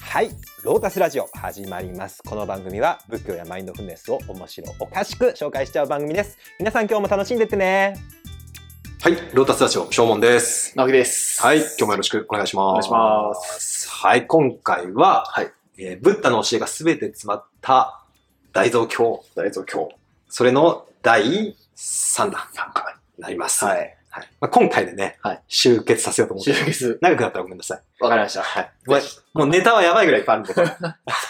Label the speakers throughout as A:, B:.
A: はいロータスラジオ始まりますこの番組は仏教やマインドフルネスを面白おかしく紹介しちゃう番組です皆さん今日も楽しんでってね
B: はい、ロータスラジオ、正門です。
C: なわけです。
B: はい、今日もよろしくお願いします。。
C: お願いします
B: はい、今回は、
C: はい
B: えーブッダの教えがすべて詰まった大蔵経、
C: 大蔵経
B: それの第3弾
C: 3回。
B: になります。。
C: はいい。
B: まあ、今回でね、
C: はい
B: 集結させようと思って
C: 終。結。
B: 長くなったらごめんなさい。
C: わかりました。はい。
B: ごめんもうネタはやばいぐらいいっぱいあるん で。
C: 聞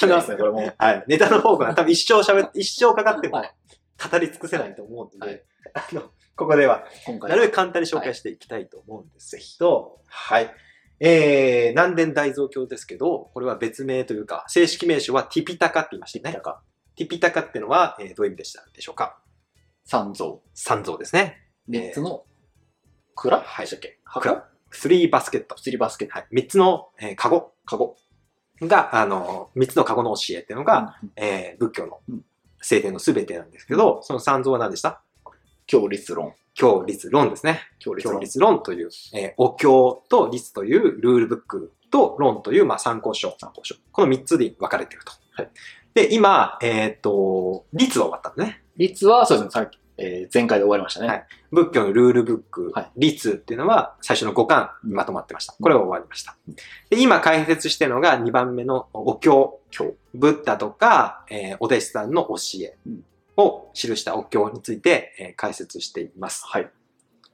C: きますね、これもう。
B: はい。ネタの方が多分一生喋って、一生かかっても
C: はい
B: 語り尽くせないと思うんで、
C: はい
B: あの、ここでは
C: 今回。
B: なるべく簡単に紹介していきたいと思うんですけど、はい。えー、南伝大蔵経ですけど、これは別名というか、正式名称はティピタカって言いましたね。ティピタカってのは、えーどういう意味でしたでしょうか
C: 三蔵。
B: 三蔵ですね。
C: 三つの蔵
B: はい
C: でしたっけ
B: 蔵スリーバスケット。
C: 釣りバスケット。
B: はい。三つの、えー、カゴ
C: カゴ。
B: が、あの、三つのカゴの教えっていうのが、、えー仏教の
C: うん
B: 聖典のすべてなんですけど、その三蔵は何でした
C: 強立論。
B: 教律論ですね。
C: 強立
B: 教
C: 論。
B: 律論という、えーお経と律というルールブックと論という、まあ、参考書。参考書。この3つに分かれていると。
C: はい
B: で、今、えーっと、律は終わったんでね。
C: 律は、そうですね、さっき、えー前回で終わりました
B: は
C: ね
B: い。仏教のルールブック、
C: はい
B: 律っていうのは最初の5巻にまとまってました。これは終わりました。で、今解説してるのが2番目のお経。
C: 経
B: ブッダとか、えーお弟子さんの教え
C: うん
B: を記したお経について、えー解説しています。
C: はい。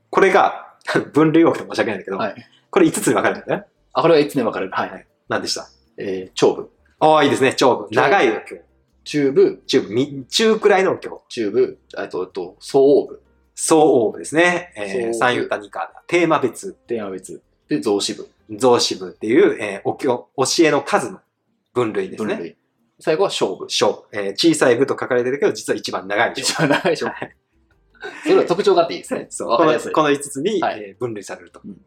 B: これが、 分類多くて申し訳ないんだけど、
C: はい。
B: これ5つに分かれてるんだよね。
C: あ、これはいつに分かれるはい。
B: 何でした
C: えー、長部。
B: ああ、いいですね。長文。
C: 長文
B: 長いお経。
C: 中部、
B: 中部、み中くらいのお経。
C: 中部、あと、あと、相応部。
B: 総応部ですね。
C: 総
B: え
C: 応
B: ー、
C: 部
B: 三遊歌二歌。テーマ別、
C: 電話別。で、増子部。
B: 増子部っていう、えーお経、教えの数の分類です
C: 分
B: ね。
C: 類。最後は勝部。
B: 小、えー小さい部と書かれてるけど、実は一番長い小
C: 一番長いでしょ。それは特徴があっていいです ね。
B: そう
C: わ
B: こ
C: かり
B: の
C: やすい。
B: この5つに、
C: はい
B: えー分類されると。
C: うん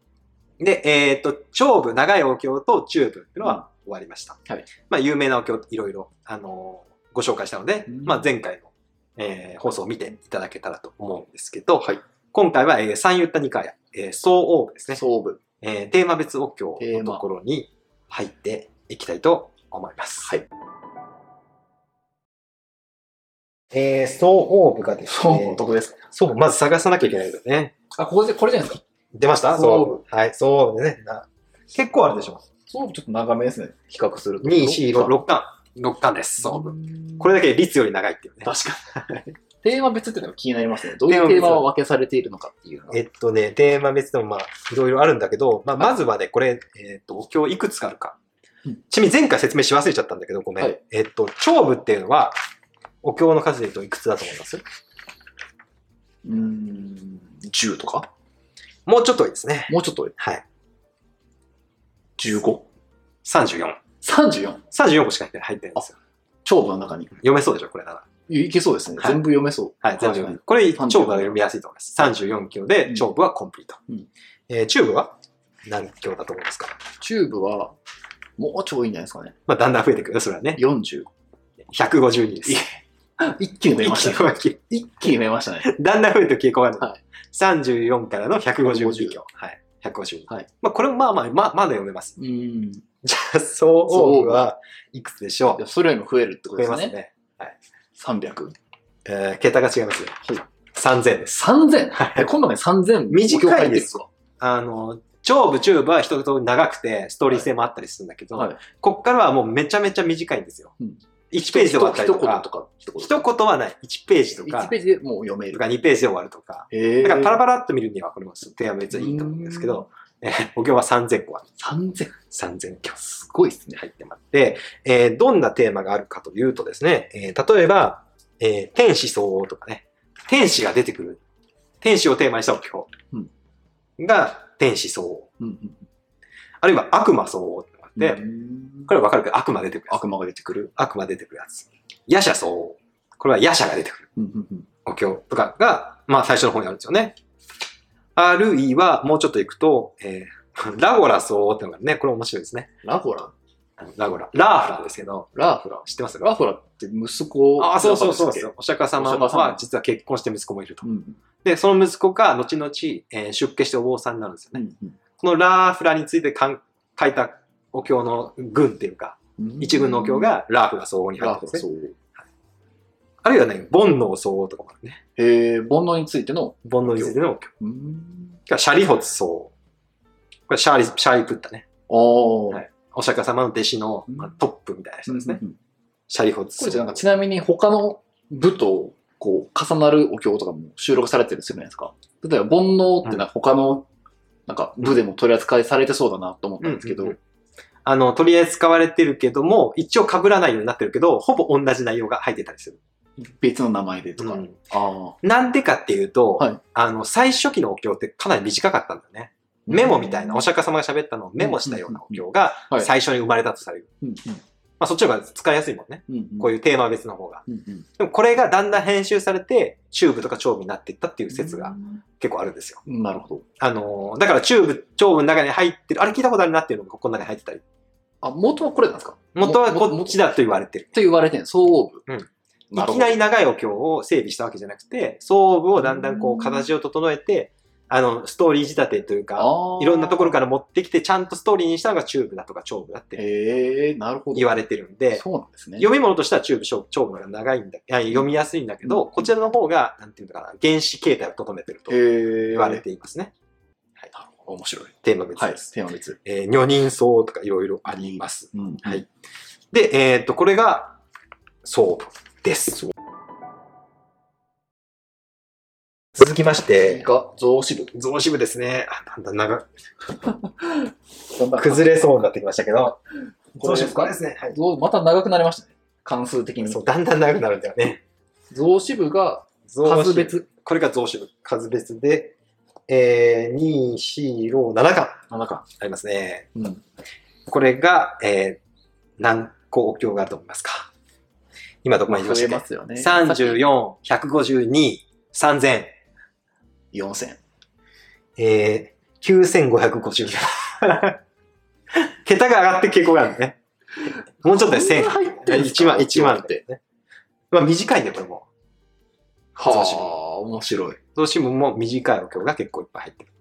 B: で、えっ、と、長部、長いお経と中部っていうの
C: うん
B: は終わりました。
C: はい
B: まあ、有名なお経、いろいろ、あのーご紹介したので、
C: うん
B: まあ、前回の、えー放送を見ていただけたらと思うんですけど、今回は、えー、三遊った二回、えー、総応部ですね、
C: 相応部。
B: えーテーマ別お経
C: テー
B: の
C: マ
B: ところに入っていきたいと思います。
C: はい。
B: えー、総応部がで
C: そう、どこですか
B: そう、まず探さなきゃいけないよね。
C: あ、ここで、これじゃないですか。
B: 出ました
C: そ
B: そう。はい、そうね。な結構あるでしょ。
C: そう、ちょっと長めですね。比較すると。
B: 2、4、
C: 六
B: 6巻。6巻です。そう。
C: う
B: これだけ率より長いっていうね。
C: 確かに。テーマ別っていうのが気になりますね。どういうテーマを分けされているのかっていうのが
B: えっとね、テーマ別でもまあ、いろいろあるんだけど、まあ、まずはね、これ、えっと、お経いくつかあるか
C: うん。
B: ちなみに前回説明し忘れちゃったんだけど、ごめん。
C: はい
B: えっと、長部っていうのは、お経の数で言うといくつだと思います
C: うーん、10とか
B: もうちょっと多いですね。
C: もうちょっと多い
B: はい。
C: 15。
B: 34。
C: 34。
B: 34個しか入ってない入ってないんですよ。
C: 長部の中に。
B: 読めそうでしょ、これなら。
C: いいけそうですね。
B: はい
C: 全部読めそう。
B: はい、全部
C: はい
B: これ、長部は読みやすいと思います。34キロ
C: う
B: で、
C: ん
B: 長部はコンプリート。
C: うん
B: えー中部は何キロだと思いますか
C: チューブは、もうちょいいんじゃないですかね。
B: まあ、だんだん増えてくるよ、それはね。
C: 40。
B: 152です。
C: 一気に増えまし
B: 一
C: たね。
B: キロ一キロ
C: 一気に増えましたね。
B: だんだん増えてる傾向があるの。
C: は
B: 34からの152
C: 150
B: キロ。はい。152。
C: はい
B: まあ、これもまあまあ、まあ、まだ読めます。
C: うーん。い
B: じゃあ、総応部はいくつでしょう
C: やそれよりも増えるってこ
B: 増え
C: とです
B: ます
C: ね。
B: ね。
C: 300。
B: えー、桁が違いますね
C: はい。
B: 3000です。
C: 3000? え今度ね、3000。
B: 短いです
C: わ。
B: あの、上部、中部は一通り長くて、ストーリー性もあったりするんだけど、
C: はい。
B: こっからはもうめちゃめちゃ短いんですよ。
C: うん
B: 1ページで終わったりと
C: 一言
B: か
C: と、か、一言とか。
B: 一言はない。1ページと
C: 1
B: か
C: ペ、ージでもう読め
B: と
C: る。
B: か2ページで終わるとか。
C: え
B: だからパラ
C: ラ
B: パラっと見るにはこれも提案別にいいと思うんですけど、えー、お経は3000個ある。
C: 3000。
B: 3000個
C: すごいですね。
B: 入ってまって、えーどんなテーマがあるかというとですね、えー例えば、えー天使相応とかね、天使が出てくる。天使をテーマにしたお経が天使相応。
C: うんうん
B: あるいは悪魔相応ってのがあって、
C: うん
B: これわかるけど悪魔出てくるやつ。
C: 悪魔が出てくる。
B: 悪魔出てくるやつ。夜叉相応。これは夜叉が出てくる。お経とかが、まあ最初の方にあるんですよね。あるいは、もうちょっと行くと、えー ラゴラそうってのがあるね、これ面白いですね。
C: ラフォラ
B: あのラゴラ。ラーフラーですけど、
C: ラフラ
B: 知ってます
C: ラフラって息子
B: ああ、そうそうそう
C: で
B: そ
C: す
B: う。お釈迦様
C: お釈迦様
B: は実は結婚して息子もいると。
C: うん
B: で、その息子が後々、えー出家してお坊さんになるんですよ
C: う
B: ね。
C: んうん
B: このラーフラについてかん書いたお経の群っていうか、一軍のお経、がラーフが相応に入
C: ラ
B: ってるん
C: フ
B: です
C: そ
B: ね。
C: う。
B: あるいはね、煩悩相応とかもあるね。
C: へえ、煩悩についての、
B: 煩悩についてのお経。
C: うーん。
B: がシャリホツ相応。これシャーリ、シャーリプッタね。
C: ああ、
B: はいお釈迦様の弟子の、まあ、トップみたいな人ですね。
C: うんうんうん
B: シャリホツ
C: これじゃ
B: 相
C: な
B: 応
C: んか。ちなみに他の部とこう重なるお経とかも収録されてるするじゃないですか。例えば煩悩ってなんか他のなんか部でも取り扱いされてそうだなと思ったんですけど、
B: うんうんうんあの、取り扱われてるけども、一応被らないようになってるけど、ほぼ同じ内容が入ってたりする。
C: 別の名前でとか。
B: うん
C: ああ。
B: なんでかっていうと、
C: はい
B: あの、最初期のお経ってかなり短かったんだよね。メモみたいな、お釈迦様が喋ったのをメモしたようなお経が
C: うんうんうんはい
B: 最初に生まれたとされる。
C: うん
B: まあ、そっちの方が使いやすいもんね。
C: うんうんうん
B: こういうテーマ別の方が。
C: うんうん
B: でもこれがだんだん編集されて、チューブとか長部になっていったっていう説が
C: う
B: 結構あるんですよ。
C: んなるほど。
B: あのーだからチューブ、長部の中に入ってる、あれ聞いたことあるなっていうのがこんなに入ってたり。
C: あ、元はこれなんですか
B: 元はこっち
C: だ。
B: だと言われてる。
C: と言われてん、相応部。
B: うんい
C: なる
B: き
C: ほ
B: な
C: ど。
B: り長いお経を整備したわけじゃなくて、総部をだんだんこう形を整えて、あの、ストーリー仕立てというか、
C: あー
B: いろんなところから持ってきて、ちゃんとストーリーにしたのがチューブだとか長部だって
C: へえ、なるほど。
B: 言われてるんで、
C: そうなんですね。
B: 読み物としてはチューブ長長文が長いんだ、いや読みやすいんだけど、
C: うん
B: こちらの方が、なんていうのかな、原始形態を整えてると
C: へえ。
B: 言われていますね。
C: なるほど。面白い。
B: テーマ別
C: はい。
B: です。
C: テーマ別。
B: えー女人層とかいろいろあります。
C: うん。
B: はい。で、えっと、これが、層部です。続きまして、
C: が、増支部。
B: 増支部ですね。あだんだん長く
C: だんだん
B: 崩れそうになってきましたけど、
C: これです
B: こ
C: か
B: れですね。はい
C: 増また長くなりましたね。関数的に
B: そ。う、だんだん長くなるんだよね。
C: 増支部が
B: 増支部
C: 数別
B: これが増殖、数別で、えー、2、4、6、7巻
C: 7か。
B: ありますね。
C: うん。
B: これが、えー、何個お経があると思いますか今どこまで行きま
C: 増え
B: し
C: ま
B: たっ
C: すよ
B: け
C: ね。
B: ?34、152、3000、
C: 4000。
B: えー、9550。桁が上がってく傾向があるのね。もうちょっとで1000。
C: 入っ
B: 1万、1万っ。て。まあ短いね、これも。増支部
C: はあ、面白い。
B: 増殖部も短いお経が結構いっぱい入ってる。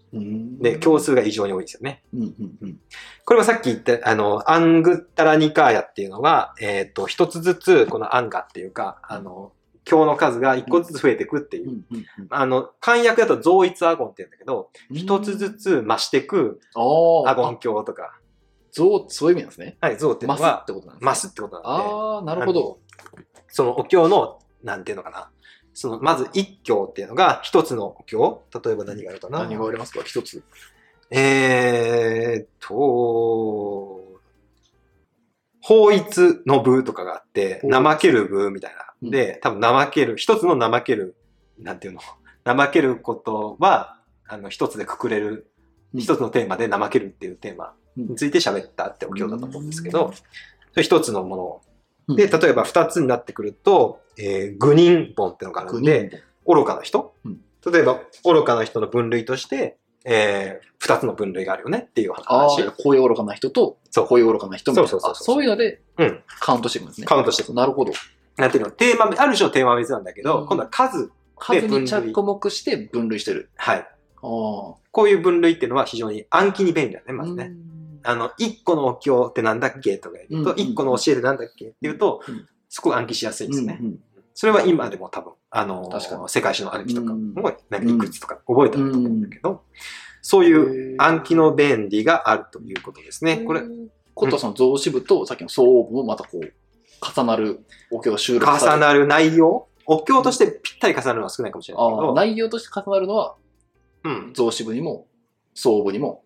B: で、
C: 今
B: 経
C: 日、
B: 数が異常に多いんですよね。
C: うんうんうん。
B: これはさっき言った、あの、アングッタラニカーヤっていうのは、えっ、と、一つずつ、このアンガっていうか、あの、経の数が一個ずつ増えていくっていう。あの、漢訳だと増一アゴンって言うんだけど、一つず
C: つ。
B: つ増していく
C: あー
B: アゴ
C: あ、
B: ン経とか、
C: 増、そういう意味なんですね。
B: はい、増っていう
C: マ
B: の
C: ス
B: は
C: っ、てことなんですね。
B: 増すってことなんで、
C: ああ、なるほど。
B: そのお経の、なんていうのかな。その、まず一経っていうのが、一つのお経。例えば何があるかな。
C: 何がありますか一つ。
B: えーっと、法律の部とかがあって、
C: お
B: 怠ける部みたいな。
C: うん
B: で、多分怠ける、一つの怠ける、なんていうの、 怠けることは、あの、一つでくくれる、
C: うん
B: 一つのテーマで怠けるっていうテーマについて喋ったってお経だと思うんですけ
C: う
B: ど
C: ん、
B: それ一つのもの。で、例えば二つになってくると、えー、愚人本ってのがあるんで、
C: で、
B: 愚かな人、
C: うん
B: 例えば愚かな人の分類として、えー、2つの分類があるよねっていう
C: ああ
B: 話、
C: こういう愚かな人と、
B: そう
C: こういう愚かな人みたいな。
B: そうそうそうそう
C: あそういうので
B: うん、
C: カウントしていくんですね。
B: カウントしてい
C: く。なるほど。
B: なんていうのテーマある種のテーマ別なんだけど、
C: うん
B: 今度は数
C: 数
B: 分
C: に
B: 類
C: 着目して分類してる。
B: はい
C: ああ。
B: こういう分類っていうのは非常に暗記に便利だねまずね、
C: うん
B: あの1個のお経ってなんだっけとか言うと、
C: うん
B: 1個の教えってなんだっけっていうと、
C: うん
B: すごい暗記しやすいんですね、
C: うんうん
B: それは今でも多分あの
C: 確かに
B: 世界史の歩きとか
C: うん
B: もなんかいくつとか覚えたと思うんだけど、そう
C: と
B: いう
C: いう
B: 暗記の便利があるということですね、これ
C: ことはその増支部とさっきの総合部もまたこう重なるお経を収録
B: 重
C: る
B: なる内容お経としてぴったり重なるのは少ないかもしれないけ
C: ああ
B: ど、
C: 内容として重なるのは
B: うん、
C: 増支部にも総合部にも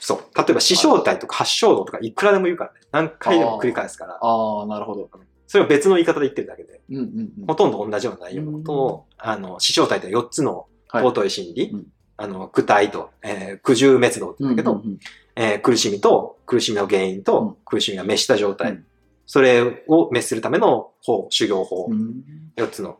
B: そう。例えば、死生体とか八正道とかいくらでも言うからね。何回でも繰り返すから、
C: ああなるほど
B: それを別の言い方で言ってるだけで、
C: うんうんうん
B: ほとんど同じような内容のことを、あの、死生体って4つの
C: はい
B: 尊い心理、
C: うん
B: あの、苦体と、えー苦渋滅動って言うんだけど、
C: うんうんうん
B: えー苦しみと、苦しみの原因と、
C: うん
B: 苦しみが滅した状態、
C: うん
B: それを滅するための法、修行法、
C: うん
B: 4つの、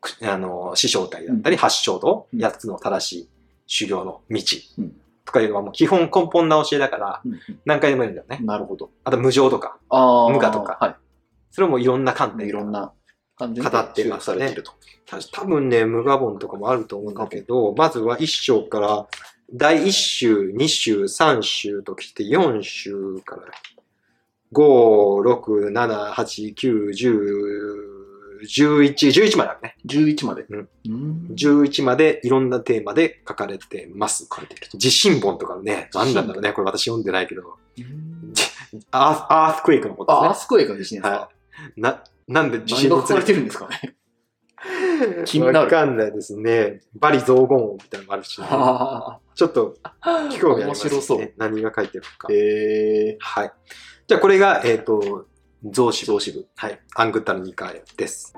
B: くあの、師匠体だったり、
C: うん
B: 八正道、
C: うん
B: 8つの正しい修行の道
C: うん
B: とかいうのはもう基本根本な教えだから、
C: うん
B: 何回でも言うんだよね
C: う。んなるほど
B: あと無常とか、
C: ああ
B: 無我とか
C: は
B: それもいろんな観
C: い
B: 点
C: いろん
B: な。
C: な感じ
B: 語って
C: 収
B: ま
C: 録
B: す
C: さ
B: ね
C: れていると
B: 多分ね、無我本とかもあると思うんだけど、まずは一章から、第一週、二週、三週と来て、四週から5、6、7、8、9、10、11、11まであるね。
C: 11まで。
B: うん
C: うん
B: 11までいろんなテーマで書かれてます。書かれてる自信本とかね、何なんだろうね。これ私読んでないけど。アースアースクエイクのこと
C: あ、アー
B: で
C: スクエイクの地震
B: す
C: です
B: ね。
C: か
B: はい。な、なんで地
C: 何
B: 震
C: が
B: に
C: 書かれてるんですかね。気になる
B: わかんないですね。バリ雑言音みたいなのもあるし、
C: は
B: ちょっと興味あり
C: 面
B: ます、ね。
C: 白そう。
B: 何が書いてるのか。
C: え
B: はい。じゃあこれが、えっ、と、増
C: ー、
B: 資
C: 増資部。
B: はい。アングッタの2回です。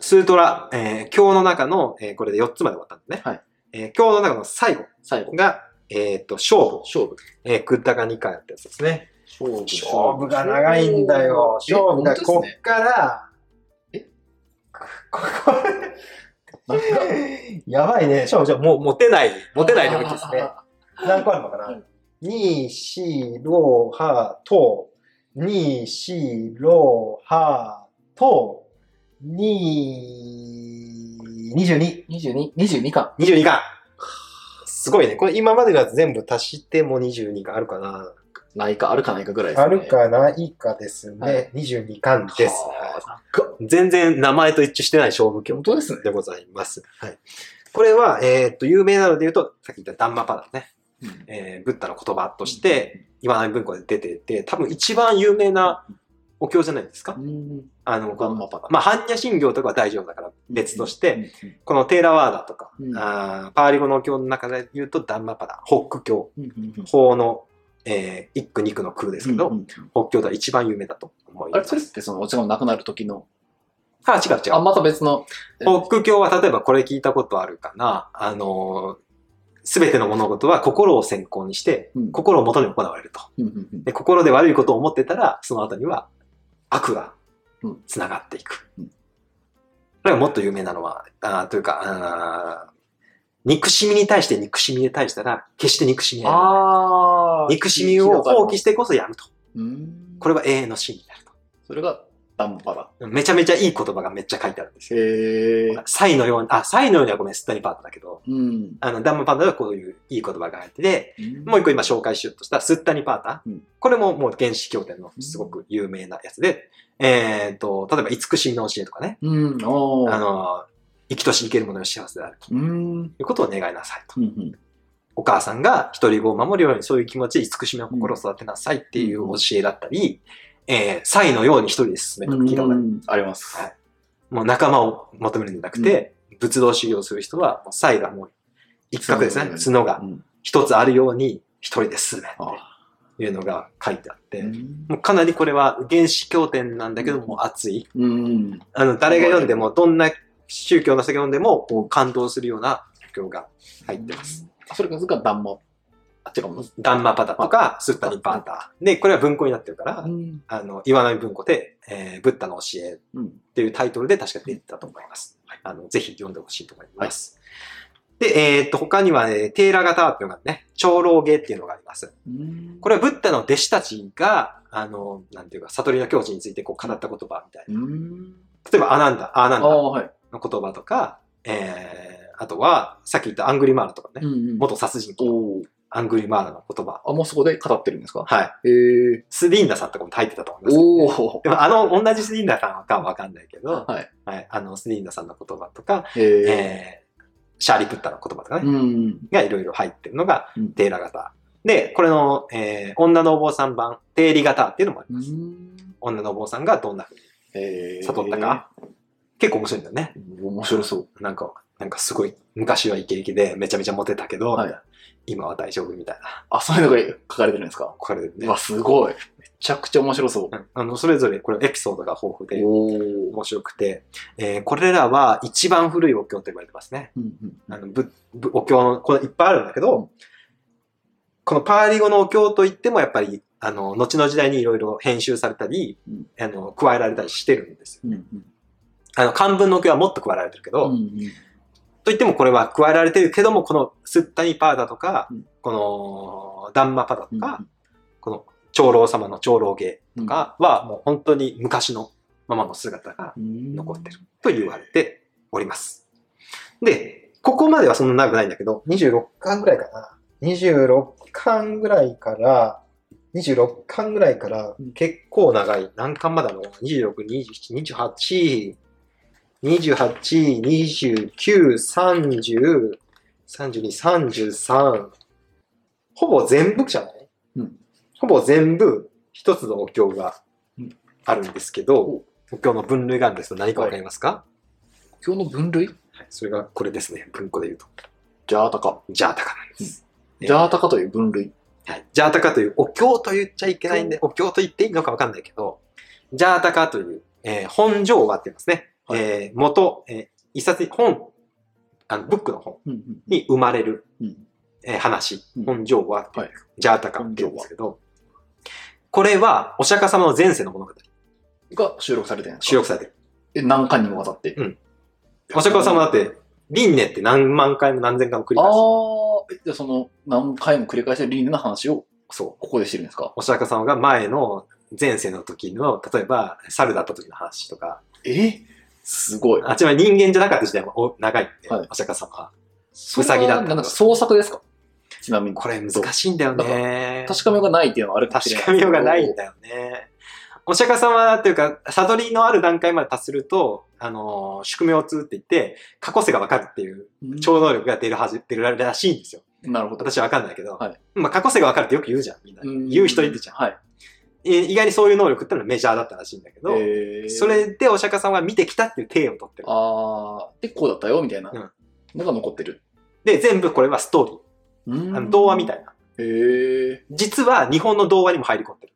B: スートラ、えー経の中の、えーこれで4つまで終わったんだね。
C: はい。
B: えー経の中の最後
C: 最後。
B: が、えっ、と、勝負。
C: 勝負。
B: えー、グッダが2回やったやつですね。
C: 勝負
A: 勝負が長いんだよ。勝負がこっから。
C: え
A: ここ やばいね。勝負じゃもう持てない。持てない領域ですね。 何個あるのかな ?2、4、6、8、と、2、4、6、8、と、2、22。
C: 22、22巻。
B: 22巻すごいね。これ今までのやつ全部足しても22があるかな。
C: ないか、あるかないかぐらいです
A: あ
C: ね。
A: るかないかですね。
C: はい
A: 22巻です。
C: はあ。
B: 全然名前と一致してない勝負
C: 本
B: 教
C: 当ですね。
B: でございます。はい。これは、えっ、と、有名なので言うと、さっき言ったダンマパダね。えー、ブッダの言葉として、今波文庫で出てて、多分一番有名なお経じゃないですか。
C: うん、
B: あの、
C: ガ
B: こ
C: ン
B: の
C: マパダ。
B: まあ、般若心経とかは大丈夫だから別として、
C: うん、
B: このテーラワーダとか、
C: うん
B: あーパーリ語の経の中で言うと、ダンマパダ、北区経、
C: うんうんうん
B: 法の、えー、一区二区の空ですけど、
C: うんうん
B: 北京では一番有名だと思いま
C: あれ、
B: す。
C: それってそのお茶がなくなる時の。
B: あ、違う違
C: あ、
B: う。
C: また別の。
B: 北京は例えばこれ聞いたことあるかな。あのすべての物事は心を先行にして、
C: うん
B: 心を元に行われると。
C: うんうんうん
B: で心で悪いことを思ってたら、その後には悪が
C: うん
B: つながっていく。
C: うん
B: これがもっと有名なのは、あーというかあー、憎しみに対して憎しみで対したら、決して憎しみはやらない
C: あー
B: 憎しみを放棄してこそやむと。
C: うん
B: これは永遠の真になる
C: それがダンパだ。
B: と。めちゃめちゃいい言葉がめっちゃ書いてあるんですよ
C: へえ。
B: サイのように、あ、サイのようにはごめん、スタイパートだけど、
C: うん。
B: あの、ダンマパンダはこういういい言葉が入ってて、もう一個今紹介しようとしたスッタニパータ。
C: うん
B: これももう原始経典のすごく有名なやつで、えっ、と、例えば、慈しみの教えとかね、
C: うん。お
B: あ
C: ー。
B: の、生きとし生けるものの幸せであると
C: うん。うん
B: いうことを願いなさいと。
C: うん。
B: お母さんが一人子を守るようにそういう気持ちで慈しみの心を育てなさいっていう教えだったり、えー、サイのように一人で進めるとか聞いたことある。
C: うんあります。
B: はいもう仲間を求めるんじゃなくて、仏道修行する人は、もう才がもう一角ですね。
C: 角
B: 角が
C: うん
B: 一つあるように一人で進めっ
C: あ
B: ていうのが書いてあって、
C: うん
B: もうかなりこれは原始経典なんだけどもう熱い。
C: うん。
B: あの、誰が読んでも、どんな宗教の人が読んでも、こう感動するような宗教が入ってます。
C: あそれがダンマ。あ、違うもう。
B: ダンマパダとか、スッタニパータ。で、これは文庫になってるから、
C: ん。
B: あの、岩波文庫で、えー、ブッダの教え
C: うん。
B: っていうタイトルで確か出てたと思います。あの、ぜひ読んでほしいと思います。で、えーっと、他には、ね、テーラ型っていうのがね、長老芸っていうのがあります。こ
C: れ、
B: れはブッダの弟子たちが、あの、なんていうか、悟りの境地についてこう語った言葉みたいな。
C: うん。
B: 例えば、アナンダ、アナン
C: あ
B: ダ
C: あ、
B: の
C: はい。
B: 言葉とか、えー、あとは、さっき言ったアングリマーラとかね、
C: ん
B: 元殺人鬼の
C: おー
B: アングリマーラの言葉。
C: あ、もうそこで語ってるんですか
B: はい。
C: へえ。
B: スリンダさんとかも入ってたと思いますけどね、
C: おお。
B: でも、あの、同じスリンダさんかはわかんないけど、
C: はい。
B: はい、あの、スリンダさんの言葉とか、
C: へえ。
B: えーシャーリプッタの言葉とかね、
C: うん。
B: がいろいろ入ってるのが
C: うん
B: デーラ型。で、これの、えー女のお坊さん版、定理型っていうのもあります。女のお坊さんがどんな風に
C: へえ。
B: 悟ったか、結構面白いんだよね。
C: 面白そう。
B: なんか、なんかすごい、昔はイケイケでめちゃめちゃモテたけど、
C: はい
B: みたいな今は大丈夫みたいな。
C: あ、そういうのが書かれてるんですか
B: これ
C: う
B: ね
C: わ、。すごい。めちゃくちゃ面白そう。
B: うんあの、それぞれこれエピソードが豊富で
C: おお。
B: 面白くて、えーこれらは一番古いお経と言われてますね。
C: うんうん
B: あのぶぶお経のこれいっぱいあるんだけど、このパーリ語のお経といってもやっぱりあの後の時代にいろいろ編集されたり、
C: うん
B: あの加えられたりしてるんですよ。
C: うんうん
B: あの漢文のお経はもっと加えられてるけど、
C: うんうん
B: といってもこれは加えられてるけどもこのスッタニパーダとか、
C: うん
B: このダンマパダとか、
C: うん
B: この長老様の長老芸とかはもう本当に昔のままの姿が残ってると言われております。で、ここまではそんな長くないんだけど、26巻ぐらいかな。
A: 26巻ぐらいから、26巻ぐらいから
B: 結構長い。何巻まであるの ?26、27、28、28、29、30、32、33。ほぼ全部じゃない、
C: うん
B: ほぼ全部一つのお経があるんですけど、
C: うん
B: お経の分類があるんですけど何かわかりますか、
C: 今日の分類
B: はいそれがこれですね。文庫で言うと。
C: ジャータカ。
B: ジャータカなんです。
C: ジャータカという分類。
B: はい、ジャータカというお経と言っちゃいけないんで、お経と言っていいのかわかんないけど、ジャータカという、えー本上話って言いますね。
C: はい
B: えー元、えー一冊、本、あの、ブックの本
C: うん
B: に生まれる、
C: うん
B: えー話
C: う、ん
B: 本上話っていう、
C: はい
B: ジャータカって言うんですけど、これはお釈迦様の前世の物語、
C: が収録されてるんですか
B: 収録されてる。
C: え、何回にもわたって。
B: うんお釈迦様だっ
C: あ
B: て、輪廻って何万回も何千回も繰り
C: あ
B: 返す。
C: ー、えじゃあその、何回も繰り返してる輪廻の話を、
B: そう。
C: ここでしてるんですか
B: お釈迦様が前の前世の時の、例えば猿だった時の話とか、
C: えすごい。
B: あ、ちなみに人間じゃなかった時代もお長いんで、
C: はい
B: お釈迦様は。
C: そ
B: ウ
C: れ
B: サギだった
C: はなんか創作ですかちなみに。
B: これ難しいんだよね。
C: 確かめようがないっていうのはあるかもしれない
B: 確かめようがないんだよね。お釈迦様っていうか、悟りのある段階まで達すると、あのー宿命を通って言って、過去世がわかるっていう
C: うん
B: 超能力が出るはず、出るらしいんですよ。
C: なるほど。
B: 私はわかんないけど。
C: はい
B: まあ、過去世がわかるってよく言うじゃん、みんな。
C: うん
B: 言う人いるじゃん。
C: はい。
B: え意外にそういう能力ってのはメジャーだったらしいんだけど、
C: えー
B: それでお釈迦様が見てきたっていう体を取ってる。
C: あー、で、こうだったよ、みたいな
B: うん
C: のが残ってる。
B: で、全部これはストーリー。あの童話みた
C: い。
B: いな。
C: へえ。
B: 実は日本の童話にも入り込んでる。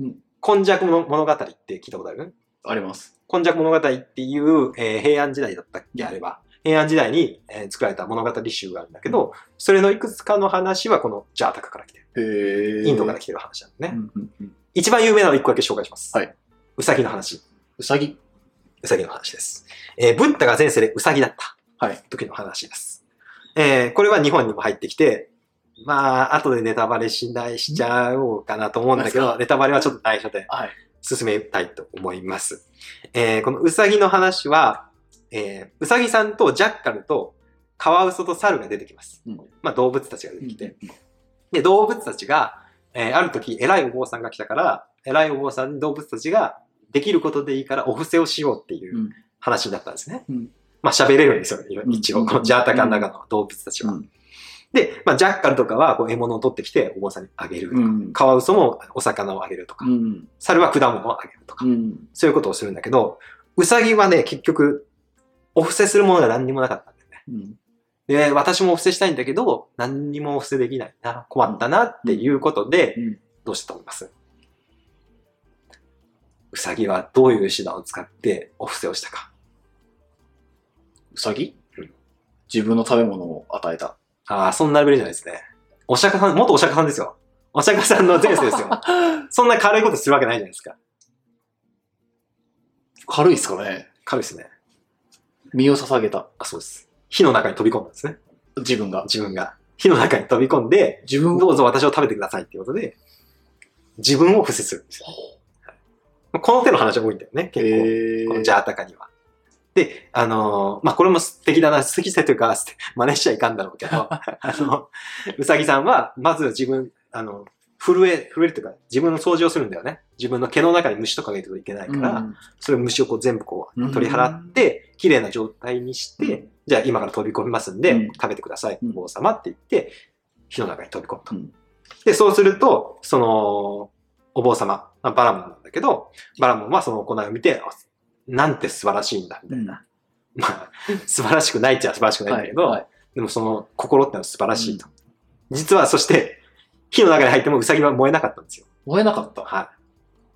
C: うん
B: 今昔の物語って聞いたことある
C: あります。
B: 今昔物語っていう、えー平安時代だったっけあれば。平安時代に、えー作られた物語集があるんだけど、それのいくつかの話はこのジャータカから来てる。
C: へえ。
B: インドから来てる話なんで
C: う
B: ね。
C: んうんうん
B: 一番有名なのを一個だけ紹介します。
C: はい。
B: ウサギの話。
C: うさぎ。
B: ウサギの話です。えー、ブッダが前世でウサギだった。
C: はい。
B: 時の話です。えーこれは日本にも入ってきて、まあ、後でネタバレしない、しちゃおうかなと思うんだけ
C: なんです
B: ど、ネタバレはちょっと内緒で。
C: はい。
B: 進めたいと思います。えーこのウサギの話は、えーウサギさんとジャッカルとカワウソとサルが出てきます。
C: うん
B: まあ動物たちが出てきて。で、動物たちが、えーある時偉いお坊さんが来たから、偉いお坊さんに動物たちができることでいいからお布施をしようっていう
C: うん
B: 話になったんですね。
C: うん
B: まあ喋れるんですよ、一応。
C: うん
B: このジャータカの中の動物たちは。
C: うん
B: で、まあジャッカルとかはこう獲物を取ってきてお坊さんにあげるとか、
C: うん。
B: カワウソもお魚をあげるとか、
C: うん。
B: 猿は果物をあげるとか
C: う。ん。
B: そういうことをするんだけど、ウサギはね、結局、お布施するものが何にもなかったんだよね。
C: うん。
B: で、私もお布施したいんだけど、何にもお布施できないな、困ったなっていうことで、
C: うん
B: どうしたと思いますウサギはどういう手段を使ってお布施をしたか。
C: うさぎ
B: うん
C: 自分の食べ物を与えた。
B: ああ、そんなレベルじゃないですね。お釈迦さん、元お釈迦さんですよ。お釈迦さんの前世です よ。そんな軽いことするわけないじゃないですか。
C: 軽いっすかね
B: 軽いですね。
C: 身を捧げた。
B: あ、そうです。火の中に飛び込んだんですね。
C: 自分が。
B: 自分が。火の中に飛び込んで、
C: 自分
B: ど
C: を。
B: うぞ私を食べてくださいっていうことで、自分を伏せするんですよ。まあこの手の話が多いんだよね、結構。
C: へ
B: この
C: ー
B: ジャータカには。で、あのーまあ、これも素敵だな、素敵性というか、 す真似しちゃいかんだろうけ ど、あの、うさぎさんは、まず自分、あの、震え、震えるというか、自分の掃除をするんだよね。自分の毛の中に虫とかがいるといけないから、
C: うん
B: それを虫をこう全部こ
C: う
B: うん取り払って、綺麗な状態にして、
C: うん
B: じゃあ今から飛び込みますんで、
C: うん
B: 食べてください、
C: うん
B: 王様って言って、火の中に飛び込むと。
C: うん
B: で、そうすると、その、お坊様、まあバラモンなんだけど、バラモンはその行いを見て、あなんて素晴らしいんだ、みたいな。まあ、 素晴らしくないっちゃ素晴らしくないんだけど、
C: はいはい
B: でもその心ってのは素晴らしいと。実は、そして、火の中に入ってもウサギは燃えなかったんですよ。
C: 燃えなかった。
B: は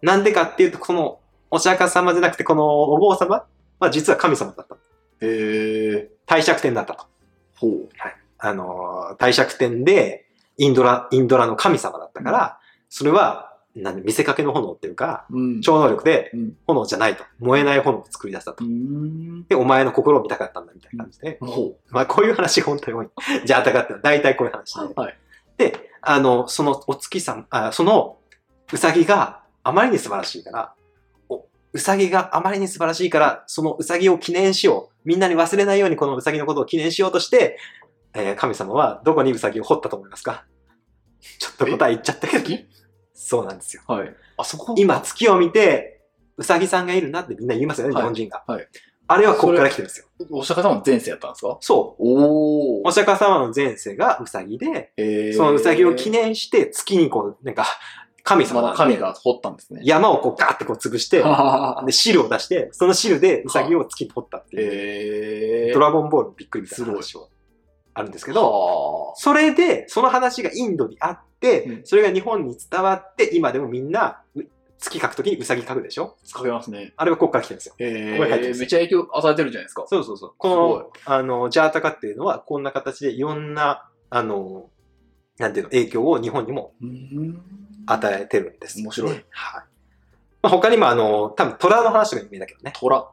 B: い。なんでかっていうと、このお釈迦様じゃなくて、このお坊様は実は神様だった。
C: へえ。
B: 帝釈天だったと。
C: ほう。
B: あのー、帝釈天で、インドラ、インドラの神様だったから、それは、なん見せかけの炎っていうか、
C: うん
B: 超能力で
C: うん
B: 炎じゃないと。燃えない炎を作り出した
C: う
B: と。
C: ん。
B: で、お前の心を見たかったんだみたいな感じで。
C: ほ
B: まあ、こういう話本当に多い。じゃあ、たかってのは大体こういう話で。
C: う。はい。
B: で、あの、そのお月さん、あそのうさぎがあまりに素晴らしいから、おうさぎがあまりに素晴らしいから、そのうさぎを記念しよう。みんなに忘れないようにこのうさぎのことを記念しようとして、えー神様はどこにウサギを掘ったと思いますかちょっと答え言っちゃったけど。
C: 月
B: そうなんですよ。
C: はい。あそこ
B: 今、月を見て、ウサギさんがいるなってみんな言いますよね、
C: はい
B: 日本人が。
C: はい
B: あれはここから来てるんですよ。
C: お釈迦様の前世やったんですか
B: そ
C: お
B: う。お釈迦様の前世がウサギで、
C: え
B: そのウサギを記
C: 念
B: 念して月にこう、なんか、神様
C: ま
B: な
C: だ
B: んで
C: 神が掘ったんですね。
B: 山をこうガーってこう潰 して、で、汁を出して、その汁でウサギを月に掘ったっていう、
C: えー、
B: ドラゴンボールのびっくりみたいな
C: す
B: 話はあるんですけど、
C: ど、
B: それで、その話がインドにあって、
C: うん
B: それが日本に伝わって、今でもみんな、う月描くときにウサギ描くでしょ
C: 使えますね。
B: あれはここから来てるんですよ。
C: え
B: これ入ってま
C: ー、
B: す
C: めっちゃ影響与えてるじゃないですか。
B: そうそうそう。
C: すごい
B: この、あの、ジャータカっていうのは、こんな形でいろんな、あの、なんていうの、影響を日本にも与えてるんです、
C: 面白い。
B: はい。まあ、他にも、あの、多分虎の話とか有名だけどね。
C: 虎。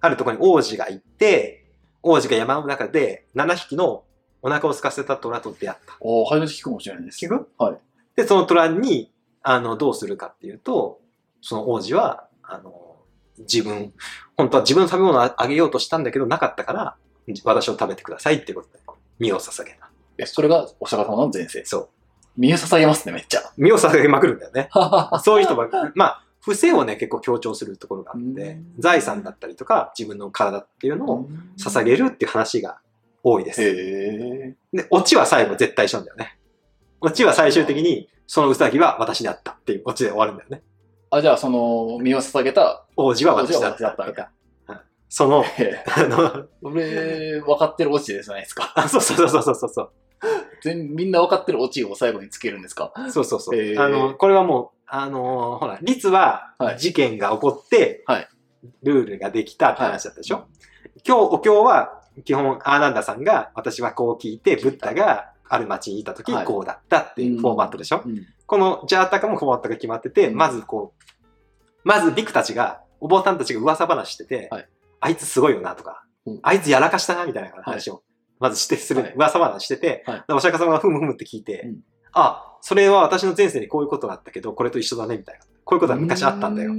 B: あるところに王子がいて、王子が山の中で7匹のお腹を空かせた虎と出会った。
C: おー、初めて聞くかもしれないです。
B: 聞く
C: はい。
B: で、その虎に、あの、どうするかっていうと、その王子は、あの、自分、本当は自分の食べ物をあげようとしたんだけど、なかったから、私を食べてくださいっていうことで、身を捧げた。
C: え、それがお釈迦様の前世。
B: そ
C: 身を捧げますね、めっちゃ。
B: う。身を捧げまくるんだよね。
C: は
B: そういう人ばっかり。まあ、不正をね、結構強調するところがあっ
C: う
B: て
C: ん、
B: 財産だったりとか、自分の体っていうのを 捧げるっていう話が多いです。
C: へえ。
B: で、オチは最後絶対一緒なんだよね。オチは最終的に、そのウサギは私だったっていうオチで終わるんだよね。
C: あ、じゃあ、その、身を捧げた、
B: 王子は私だったとか。うんその、
C: え
B: あの、
C: ー俺、分かってるオチじゃないですか。
B: あそうそうそうそうそうそう。
C: 全みんな分かってるオチを最後につけるんですか。
B: そうそうそう。
C: へー
B: あの、これはもう、あのーほら、律は
C: はい
B: 事件が起こって、
C: はい
B: ルールができたって話だったでしょ、今日、お経は、基本、アーナンダさんが、私はこう聞いて、ブッダがある町にいた時、
C: はい
B: こうだったっていうフォーマットでしょ、
C: うん。
B: このジャータカもフォーマットが決まってて、
C: うん
B: まずこう、まずビクたちが、お坊さんたちが噂話してて、
C: はい
B: あいつすごいよなとか、
C: うん
B: あいつやらかしたなみたいな話を、まずしてする、
C: はい
B: 噂話してて、
C: はい
B: でお釈迦様がふむふむって聞いて、
C: うん
B: あ、それは私の前世にこういうことがあったけど、これと一緒だねみたいな。こういうことが昔あったんだよ。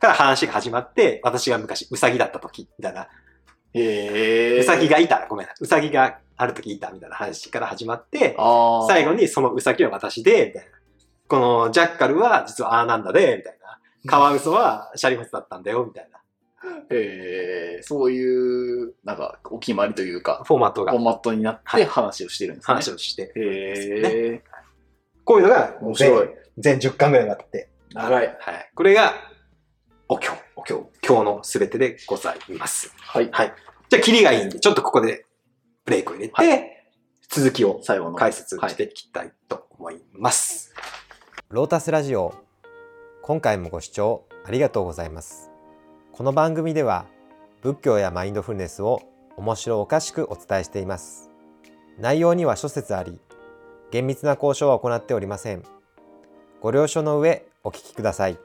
B: から話が始まって、私が昔ウサギだった時、みたいな。
C: へえ。
B: ウサギ。がいた、ごめんな。ウサギがある時いた、みたいな話から始まって、
C: ああ。
B: 最後にそのウサギは私で、みたいな。このジャッカルは実はアーナンダで、みたいな。カワウソはシャリマツだったんだよ、みたいな。
C: えー、そういう、なんか、お決まりというか、
B: フォーマット
C: フ
B: が
C: ォーマットになっ
B: は
C: て
B: い
C: 話をしてるんですね。
B: 話をして。
C: へえ。
B: こういうのが、
C: 面白い。
A: 全10巻ぐらいになって。
C: 長い。
B: はい。これが、お経。
C: お経。
B: 今日のすべてでございます。
C: はい。
B: じゃあ、キリがいいんで、ちょっとここでブレイクを入れて、続きを
C: 最後の。
B: 解説していきたいと思います。
D: ロータスラジオ今回もご視聴ありがとうございますこの番組では仏教やマインドフルネスを面白おかしくお伝えしています内容には諸説あり厳密な交渉は行っておりませんご了承の上お聞きください